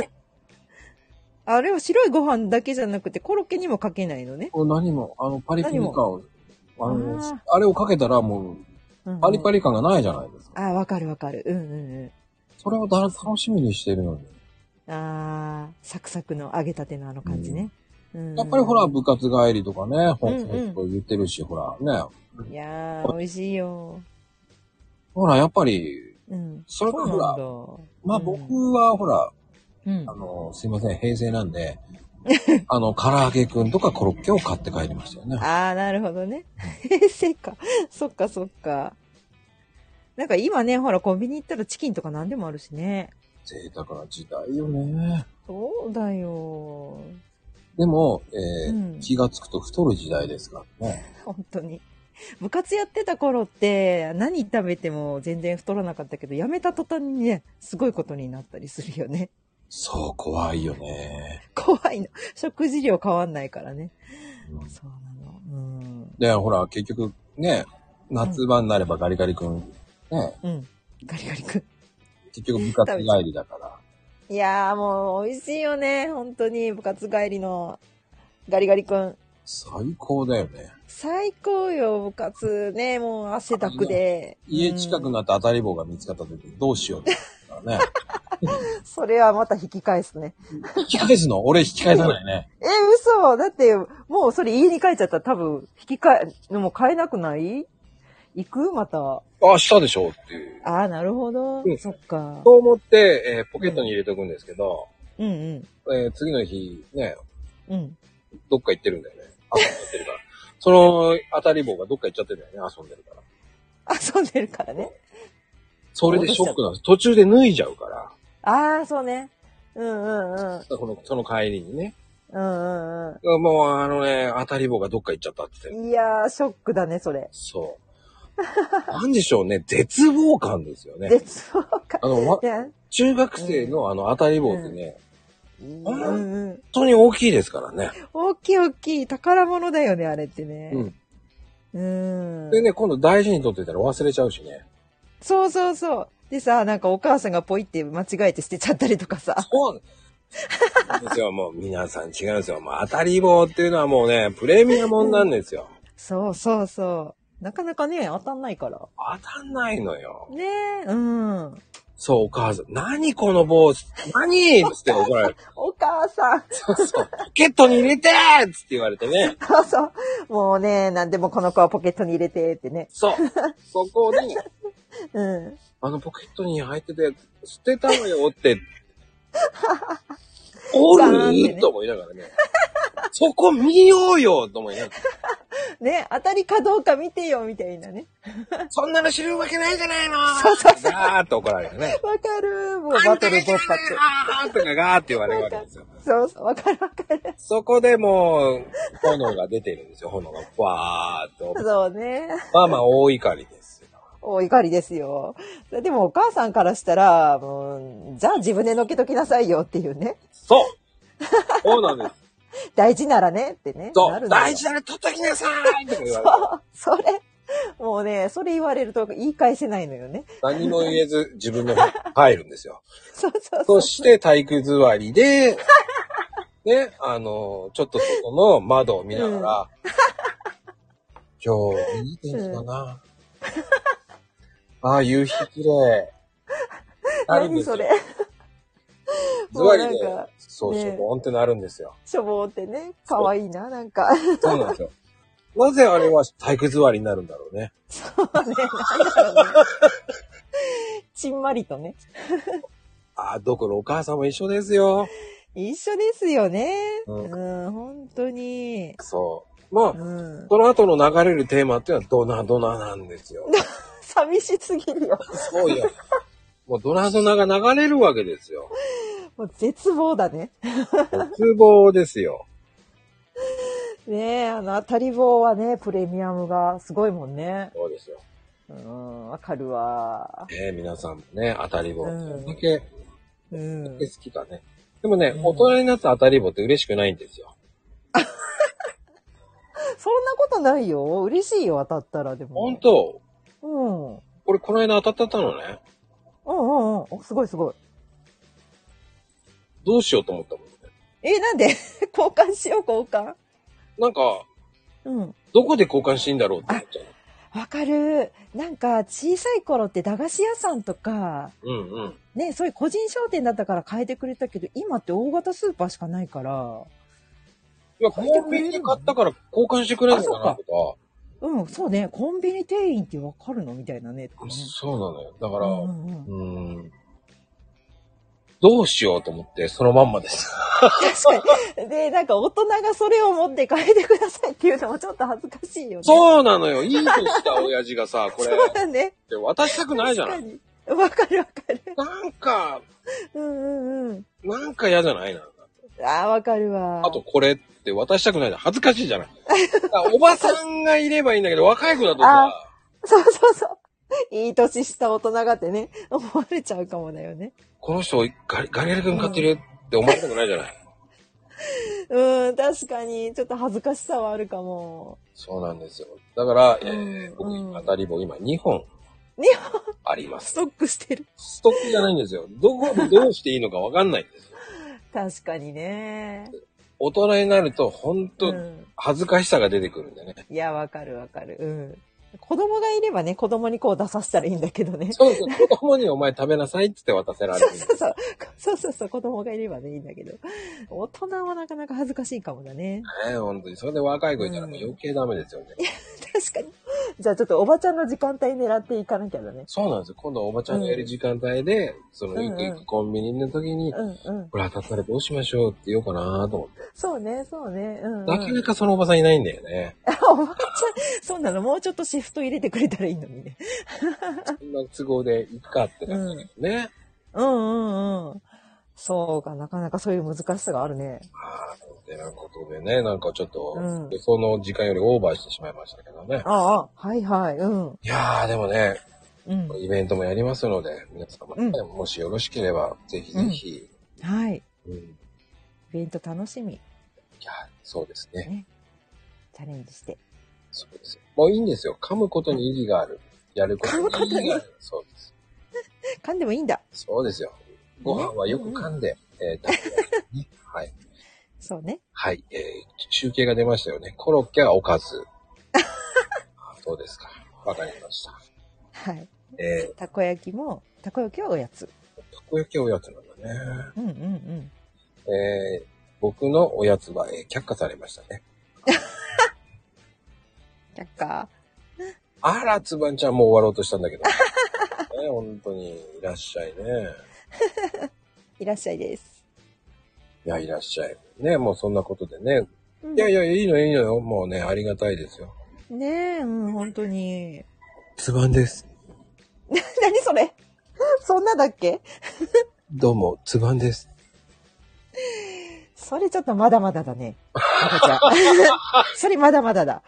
[SPEAKER 3] あれは白いご飯だけじゃなくて、コロッケにもかけないのね。
[SPEAKER 1] これ何も、あの、パリパリ感を、あの
[SPEAKER 3] あー
[SPEAKER 1] あれをかけたらもう、
[SPEAKER 3] うんうん
[SPEAKER 1] パリパリ感がないじゃないですか。
[SPEAKER 3] ああ、わかるわかる。うんうん
[SPEAKER 1] それをだ楽しみにしてるのに。
[SPEAKER 3] うん。ああ、サクサクの揚げたてのあの感じね。うん
[SPEAKER 1] やっぱりほら、部活帰りとかね、本
[SPEAKER 3] うんうん
[SPEAKER 1] 当に言ってるし、ほら、ね。
[SPEAKER 3] いやー、美味しいよ。
[SPEAKER 1] ほら、やっぱり、
[SPEAKER 3] うん。
[SPEAKER 1] それがほら、
[SPEAKER 3] ら
[SPEAKER 1] まあ僕はほら、
[SPEAKER 3] うん
[SPEAKER 1] あ。の、すいません、平成なんで、あの、唐揚げくんとかコロッケを買って帰りましたよね。
[SPEAKER 3] ああ、なるほどね。 平成か。そっかそっか。なんか今ね、ほら、コンビニ行ったらチキンとか何でもあるしね。
[SPEAKER 1] 贅沢な時代よね。
[SPEAKER 3] そうだよ。
[SPEAKER 1] でも、えー
[SPEAKER 3] うん
[SPEAKER 1] 気がつくと太る時代ですからね。
[SPEAKER 3] 本当に。部活やってた頃って、何食べても全然太らなかったけど、やめた途端にね、すごいことになったりするよね。
[SPEAKER 1] そう、怖いよね。
[SPEAKER 3] 怖いの。食事量変わんないからね。
[SPEAKER 1] うん
[SPEAKER 3] そうなの。うん。
[SPEAKER 1] で、ほら、結局、ね、夏場になればガリガリくん、ね、
[SPEAKER 3] うん。ガリガリ君。
[SPEAKER 1] 結局部活帰りだから。
[SPEAKER 3] いやーもう美味しいよね。本当に部活帰りのガリガリくん。
[SPEAKER 1] 最高だよね。
[SPEAKER 3] 最高よ、部活。ね、もう汗だくで。
[SPEAKER 1] 家近く
[SPEAKER 3] うん
[SPEAKER 1] なって当たり棒が見つかった時どうしようって言ったからね。
[SPEAKER 3] それはまた引き返すね。
[SPEAKER 1] 引き返すの俺引き返さないね。
[SPEAKER 3] え、嘘だって、もうそれ家に帰っちゃったら多分、引き換え、もう買えなくない行くまた。
[SPEAKER 1] あ、したでしょっていう。
[SPEAKER 3] ああ、なるほど。
[SPEAKER 1] うん
[SPEAKER 3] そっか。
[SPEAKER 1] と思って、えーポケットに入れておくんですけど、
[SPEAKER 3] うんうん。
[SPEAKER 1] えー次の日、ね、
[SPEAKER 3] うん。
[SPEAKER 1] どっか行ってるんだよね。遊んでるから。 その当たり棒がどっか行っちゃってるんだよね、遊んでるから。
[SPEAKER 3] 遊んでるからね。
[SPEAKER 1] それでショックなんです。途中で脱いじゃうから。
[SPEAKER 3] ああ、そうね。うんうんうん。
[SPEAKER 1] この、その帰りにね。
[SPEAKER 3] うんうん
[SPEAKER 1] もうあのね、当たり棒がどっか行っちゃったって言って。
[SPEAKER 3] うん。いやー、ショックだね、それ。
[SPEAKER 1] そう。なんでしょうね、絶望感ですよね。
[SPEAKER 3] 絶望感。
[SPEAKER 1] あの、わ
[SPEAKER 3] いや、
[SPEAKER 1] 中学生のあの当たり棒ってね、
[SPEAKER 3] うんうん。
[SPEAKER 1] 本当に大きいですからね。
[SPEAKER 3] 大きい大きい宝物だよね、あれって
[SPEAKER 1] う
[SPEAKER 3] ね。
[SPEAKER 1] ん。
[SPEAKER 3] うん。
[SPEAKER 1] でね、今度大事に取ってたら忘れちゃうしね。
[SPEAKER 3] そうそうそう。でさ、なんかお母さんがポイって間違えて捨てちゃったりとかさ。
[SPEAKER 1] そうなんですよ。もう皆さん違うんですよ。もう当たり棒っていうのはもうね、プレミアもんなんですよ。
[SPEAKER 3] そうそうそう。なかなかね、当たんないから。
[SPEAKER 1] 当たんないのよ。
[SPEAKER 3] ねえ、うん。
[SPEAKER 1] そう、お母さん。何この棒何つって怒られる。
[SPEAKER 3] お母さん。
[SPEAKER 1] そうそう。ポケットに入れてつって言われてね。
[SPEAKER 3] そうそう。もうね、なんでもこの子はポケットに入れてってね。
[SPEAKER 1] そう。そこで、
[SPEAKER 3] うん。
[SPEAKER 1] あのポケットに入ってて、捨てたのよって。お
[SPEAKER 3] ざーんって
[SPEAKER 1] る
[SPEAKER 3] ね
[SPEAKER 1] と思いながらね。そこ見ようよと思いなが
[SPEAKER 3] ね、当たりかどうか見てよ、みたいなね。
[SPEAKER 1] ら、そんなの知るわけないじゃないの
[SPEAKER 3] そうそうそう
[SPEAKER 1] ガーッと怒られるね。
[SPEAKER 3] わかるもうバトル取ったって。
[SPEAKER 1] あんたが知らないのとかガーッて言われるわけですよ。
[SPEAKER 3] そうそう、わかるわかる。
[SPEAKER 1] そこでもう、炎が出てるんですよ。炎がふわーっと。
[SPEAKER 3] そうね。
[SPEAKER 1] まあまあ、大怒りですよ。
[SPEAKER 3] お怒りですよ。でもお母さんからしたら、もう、じゃあ自分でのっけときなさいよっていうね。
[SPEAKER 1] そうそうなんです。
[SPEAKER 3] 大事ならねってね。
[SPEAKER 1] そ
[SPEAKER 3] なる
[SPEAKER 1] う
[SPEAKER 3] のよ
[SPEAKER 1] 大事なら取っときなさいとか言われて。
[SPEAKER 3] そう、 それ。もうね、それ言われると言い返せないのよね。
[SPEAKER 1] 何も言えず自分の方に入るんですよ。
[SPEAKER 3] そうそうそう。
[SPEAKER 1] そして体育座り で、ね、あの、ちょっと外の窓を見ながら、今日いい天気だな。ああ、夕日綺麗。なるんで
[SPEAKER 3] 何
[SPEAKER 1] すよ
[SPEAKER 3] それ。 も
[SPEAKER 1] 座
[SPEAKER 3] う
[SPEAKER 1] り
[SPEAKER 3] なん
[SPEAKER 1] で
[SPEAKER 3] か、
[SPEAKER 1] そう、
[SPEAKER 3] ね
[SPEAKER 1] しょぼんってなるんですよ。
[SPEAKER 3] しょぼーってね、かわいいな、なん か。
[SPEAKER 1] そうなんですよ。なぜあれは体育座りになるんだろうね。
[SPEAKER 3] そうね、なんだろうね。ちんまりとね。
[SPEAKER 1] ああ、どこのお母さんも一緒ですよ。
[SPEAKER 3] 一緒ですよね。
[SPEAKER 1] うん
[SPEAKER 3] うん、本当に。
[SPEAKER 1] そう。まあ、
[SPEAKER 3] うん。
[SPEAKER 1] その後の流れるテーマっていうのはドナドナなんですよ。
[SPEAKER 3] 寂しすぎるよ。
[SPEAKER 1] そうよ。もうドナドナが流れるわけですよ。
[SPEAKER 3] もう絶望だね。
[SPEAKER 1] 絶望ですよ。
[SPEAKER 3] ねえ、あの、当たり棒はね、プレミアムがすごいもんね。
[SPEAKER 1] そうですよ。
[SPEAKER 3] うん、わかるわ。
[SPEAKER 1] ねえ、皆さんもね、当たり棒。どれだけ
[SPEAKER 3] うん
[SPEAKER 1] 好。きかね。でもね、
[SPEAKER 3] うん
[SPEAKER 1] 大人になった当たり棒って嬉しくないんですよ。
[SPEAKER 3] そんなことないよ。嬉しいよ、当たったら、でも。
[SPEAKER 1] 本当
[SPEAKER 3] うん。うん
[SPEAKER 1] 俺この間当たったのね。
[SPEAKER 3] うんうんお。すごいすごい。
[SPEAKER 1] どうしようと思ったもんね。
[SPEAKER 3] え、なんで 交換しよう、交換。
[SPEAKER 1] なんか、
[SPEAKER 3] うん。
[SPEAKER 1] どこで交換していいんだろうって思っちゃう。
[SPEAKER 3] わかる。なんか、小さい頃って駄菓子屋さんとか、
[SPEAKER 1] うんうん。
[SPEAKER 3] ね、そういう個人商店だったから変えてくれたけど、今って大型スーパーしかないから、
[SPEAKER 1] いや、コンビニで買ったから交換してくれるのかなとか。
[SPEAKER 3] うん、そうね、コンビニ店員ってわかるのみたいなね。とかね
[SPEAKER 1] そうなのよ。だか
[SPEAKER 3] う
[SPEAKER 1] ら、
[SPEAKER 3] んうんう
[SPEAKER 1] う
[SPEAKER 3] ん
[SPEAKER 1] ーん。どうしようと思って、そのまんまです。
[SPEAKER 3] 確かに。で、なんか大人がそれを持って変えてくださいっていうのもちょっと恥ずかしいよね。う
[SPEAKER 1] そうなのよ。いいとした親父がさ、これ、
[SPEAKER 3] そうだね。
[SPEAKER 1] で渡したくないじゃな
[SPEAKER 3] 確
[SPEAKER 1] い
[SPEAKER 3] かに。わかるわかる。
[SPEAKER 1] なんか、
[SPEAKER 3] うんうんうん。
[SPEAKER 1] なんか嫌じゃないな。
[SPEAKER 3] ああ、わかるわ。
[SPEAKER 1] あと、これって渡したくないじゃん。恥ずかしいじゃない。だからおばさんがいればいいんだけど、若い子だとさ、
[SPEAKER 3] そうそうそう。いい年した大人がってね、思われちゃうかもだよね。
[SPEAKER 1] この人ガリ、ガリガリ君買ってるって思われたくないじゃない。
[SPEAKER 3] うん、確かに、ちょっと恥ずかしさはあるかも。
[SPEAKER 1] そうなんですよ。だから、え
[SPEAKER 3] う
[SPEAKER 1] ー、
[SPEAKER 3] ん
[SPEAKER 1] 僕、
[SPEAKER 3] うん
[SPEAKER 1] 当たり棒今2本
[SPEAKER 3] ね、
[SPEAKER 1] ありま
[SPEAKER 3] ス
[SPEAKER 1] す。
[SPEAKER 3] トックしてる。
[SPEAKER 1] ストックじゃないんですよ。どこでどうしていいのかわかんないんですよ。
[SPEAKER 3] 確かにね。
[SPEAKER 1] 大人になると、ほんと
[SPEAKER 3] う、ん、
[SPEAKER 1] 恥ずかしさが出てくるんでね。
[SPEAKER 3] いや、わかるわかる。うん。子供がいればね、子供にこう出させたらいいんだけどね。
[SPEAKER 1] そうそう、子供にお前食べなさいって言って渡せられるんですよ。
[SPEAKER 3] そうそう。そうそうそう。子供がいればね、いいんだけど。大人はなかなか恥ずかしいかもだね。
[SPEAKER 1] ねえ、本当に。それで若い子いたらもう余計ダメですよね。
[SPEAKER 3] 確かに。じゃあちょっとおばちゃんの時間帯狙っていかなきゃだね。
[SPEAKER 1] そうなんですよ。今度おばちゃんがやる時間帯で、その、
[SPEAKER 3] うんうん
[SPEAKER 1] ゆくゆくコンビニの時に、
[SPEAKER 3] うんうん。
[SPEAKER 1] これ当たったらどうしましょうって言おうかなと思って。
[SPEAKER 3] そうね、そうね。うん、うん。
[SPEAKER 1] なかなかそのおばさんいないんだよね。
[SPEAKER 3] あ おばちゃん、そうなの。もうちょっとシフト入れてくれたらいいのにね。
[SPEAKER 1] そんな都合で行くかって
[SPEAKER 3] う
[SPEAKER 1] 感
[SPEAKER 3] ん。
[SPEAKER 1] じね。
[SPEAKER 3] うんうんうん。そうか、なかなかそういう難しさがあるね。
[SPEAKER 1] ああ、てなことでね、なんかちょっと、
[SPEAKER 3] うん
[SPEAKER 1] 予想の時間よりオーバーしてしまいましたけどね。
[SPEAKER 3] ああ、はいはい、うん。
[SPEAKER 1] いやー、でもね、
[SPEAKER 3] うん。
[SPEAKER 1] イベントもやりますので、皆様、
[SPEAKER 3] うん
[SPEAKER 1] もしよろしければ、ぜひぜひ、
[SPEAKER 3] はい。イ
[SPEAKER 1] うん
[SPEAKER 3] ベント楽しみ。
[SPEAKER 1] いや、そうですね。
[SPEAKER 3] チャレンジして。
[SPEAKER 1] そうです。もういいんですよ。噛むことに意義がある。やることに
[SPEAKER 3] 噛むこと
[SPEAKER 1] 意義
[SPEAKER 3] に
[SPEAKER 1] がある。そうです。
[SPEAKER 3] 噛んでもいいんだ。
[SPEAKER 1] そうですよ。ご飯はよく噛んで、えー食べてねはい。
[SPEAKER 3] そうね。
[SPEAKER 1] はい。えー集計が出ましたよね。コロッケはおかず。 あそうですか。わかりました。
[SPEAKER 3] はい。
[SPEAKER 1] え
[SPEAKER 3] たこ焼きも、たこ焼きはおやつ。
[SPEAKER 1] ー、たこ焼きおやつなんだね。
[SPEAKER 3] うんうんうん。
[SPEAKER 1] えー、僕のおやつは、えー却下されましたね。
[SPEAKER 3] 却下。
[SPEAKER 1] あら、つばんちゃんもう終わろうとしたん だけど。ね、本当に、いらっしゃいね。
[SPEAKER 3] いらっしゃいです。
[SPEAKER 1] いや、いらっしゃい。ね、もうそんなことでね、
[SPEAKER 3] うん
[SPEAKER 1] いやいや、いいのいいのよ。もうね、ありがたいですよ。
[SPEAKER 3] ねえ、うん、本当に。
[SPEAKER 1] つばんです。
[SPEAKER 3] 何それ そんなだっけ
[SPEAKER 1] どうも、つばんです。
[SPEAKER 3] それちょっとまだまだだね。赤ち ゃんそれまだまだだ。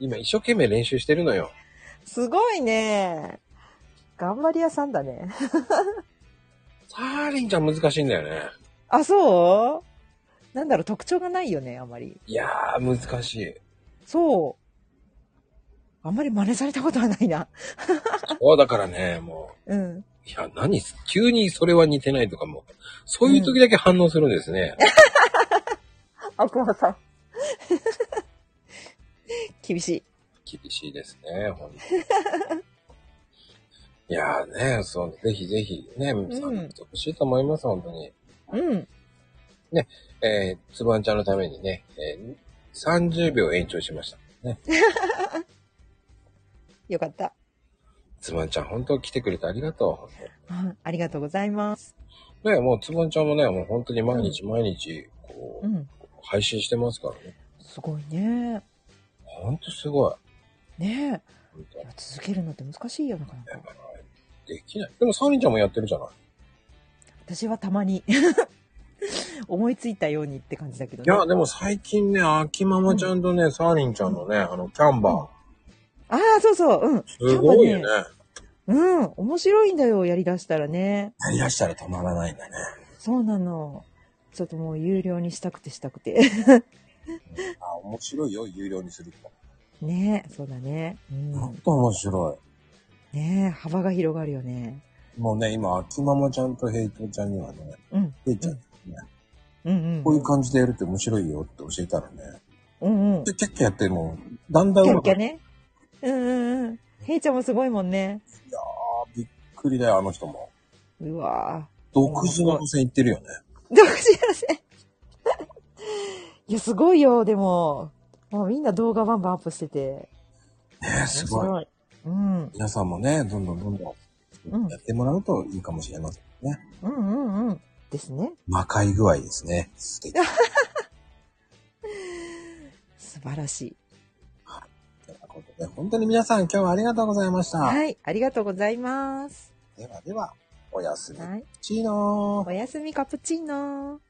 [SPEAKER 1] 今一生懸命練習してるのよ。
[SPEAKER 3] すごいね。頑張り屋さんだね。
[SPEAKER 1] サーリンちゃん難しいんだよね。
[SPEAKER 3] あ、そうなんだろう、特徴がないよね、あまり。
[SPEAKER 1] いやー、難しい。
[SPEAKER 3] そう。あんまり真似されたことはないな。
[SPEAKER 1] そうだからね、も
[SPEAKER 3] うん。
[SPEAKER 1] う。いや、何す急にそれは似てないとかもう。そういう時だけ反応するんですね。
[SPEAKER 3] 悪魔さん。 厳しい。
[SPEAKER 1] 厳しいですね、ほんとにいやーね、そう、ぜひぜひね、参加してほしいと思います、本当に。
[SPEAKER 3] うん。
[SPEAKER 1] えー、つばんちゃんのためにね、えー30秒延長しました。ね。
[SPEAKER 3] よかった。
[SPEAKER 1] つばんちゃん、本当来てくれてありがと
[SPEAKER 3] あありがとうございます。
[SPEAKER 1] う。ね、もうつばんちゃんもね、もう本当に毎日毎日、こう、
[SPEAKER 3] うん。
[SPEAKER 1] 配信してますからね。
[SPEAKER 3] すごいね。
[SPEAKER 1] ほんとすごい。
[SPEAKER 3] ね
[SPEAKER 1] ほんと
[SPEAKER 3] え。いや続けるのって難しいよ、なかなか。
[SPEAKER 1] できない。でも、サーリンちゃんもやってるじゃない。
[SPEAKER 3] 私はたまに。 思いついたようにって感じだけど
[SPEAKER 1] いや、でも最近ね、秋ママちゃんとね、サーリンちゃんのね、あの、キャンバ
[SPEAKER 3] ああ、そうそう、うん。
[SPEAKER 1] ー。すごいよ
[SPEAKER 3] キャン
[SPEAKER 1] ね
[SPEAKER 3] バ。うん。面白いんだよ、やりだしたらね。
[SPEAKER 1] やり出したら止まらないんだね。
[SPEAKER 3] そうなの。ちょっともう有料にしたくてしたくて。
[SPEAKER 1] あ、面白いよ、有料にすると。
[SPEAKER 3] ねえ、そうだね。うん。
[SPEAKER 1] ほんと面白
[SPEAKER 3] ねえ、幅が広がるよね。
[SPEAKER 1] い。もうね、今、秋ママちゃんとヘイトちゃんにはね、
[SPEAKER 3] うん。
[SPEAKER 1] ヘイちゃんにね、
[SPEAKER 3] うんうん。
[SPEAKER 1] こういう感じでやるって面白いよって教えたらね、
[SPEAKER 3] うんうん。キ
[SPEAKER 1] でキャッキャやっても、だんだん
[SPEAKER 3] ャ
[SPEAKER 1] 上
[SPEAKER 3] ッ
[SPEAKER 1] 手
[SPEAKER 3] キャ
[SPEAKER 1] く、
[SPEAKER 3] ね。うんうんうん。ヘイちゃんもすごいもんね。
[SPEAKER 1] あびっくりだよ、あの人も。
[SPEAKER 3] うわぁ。
[SPEAKER 1] 独自の路線行ってるよね。
[SPEAKER 3] 独自やせ。 いや、すごいよ、でも。もうみんな動画バンバンアップしてて。
[SPEAKER 1] ねすごい。
[SPEAKER 3] 面白い。うん。うん
[SPEAKER 1] 皆さんもね、どんどんどんど
[SPEAKER 3] うん
[SPEAKER 1] んやってもらうといいかもしれませんね。
[SPEAKER 3] うんうん。ですね。
[SPEAKER 1] 魔界具合ですね。素敵。
[SPEAKER 3] 素晴らしい。
[SPEAKER 1] ということで、本当に皆さん今日はありがとうございました。
[SPEAKER 3] はい。ありがとうございます。
[SPEAKER 1] ではでは、おやすみ。
[SPEAKER 3] はい。
[SPEAKER 1] チーノー。
[SPEAKER 3] おやすみカプチーノ。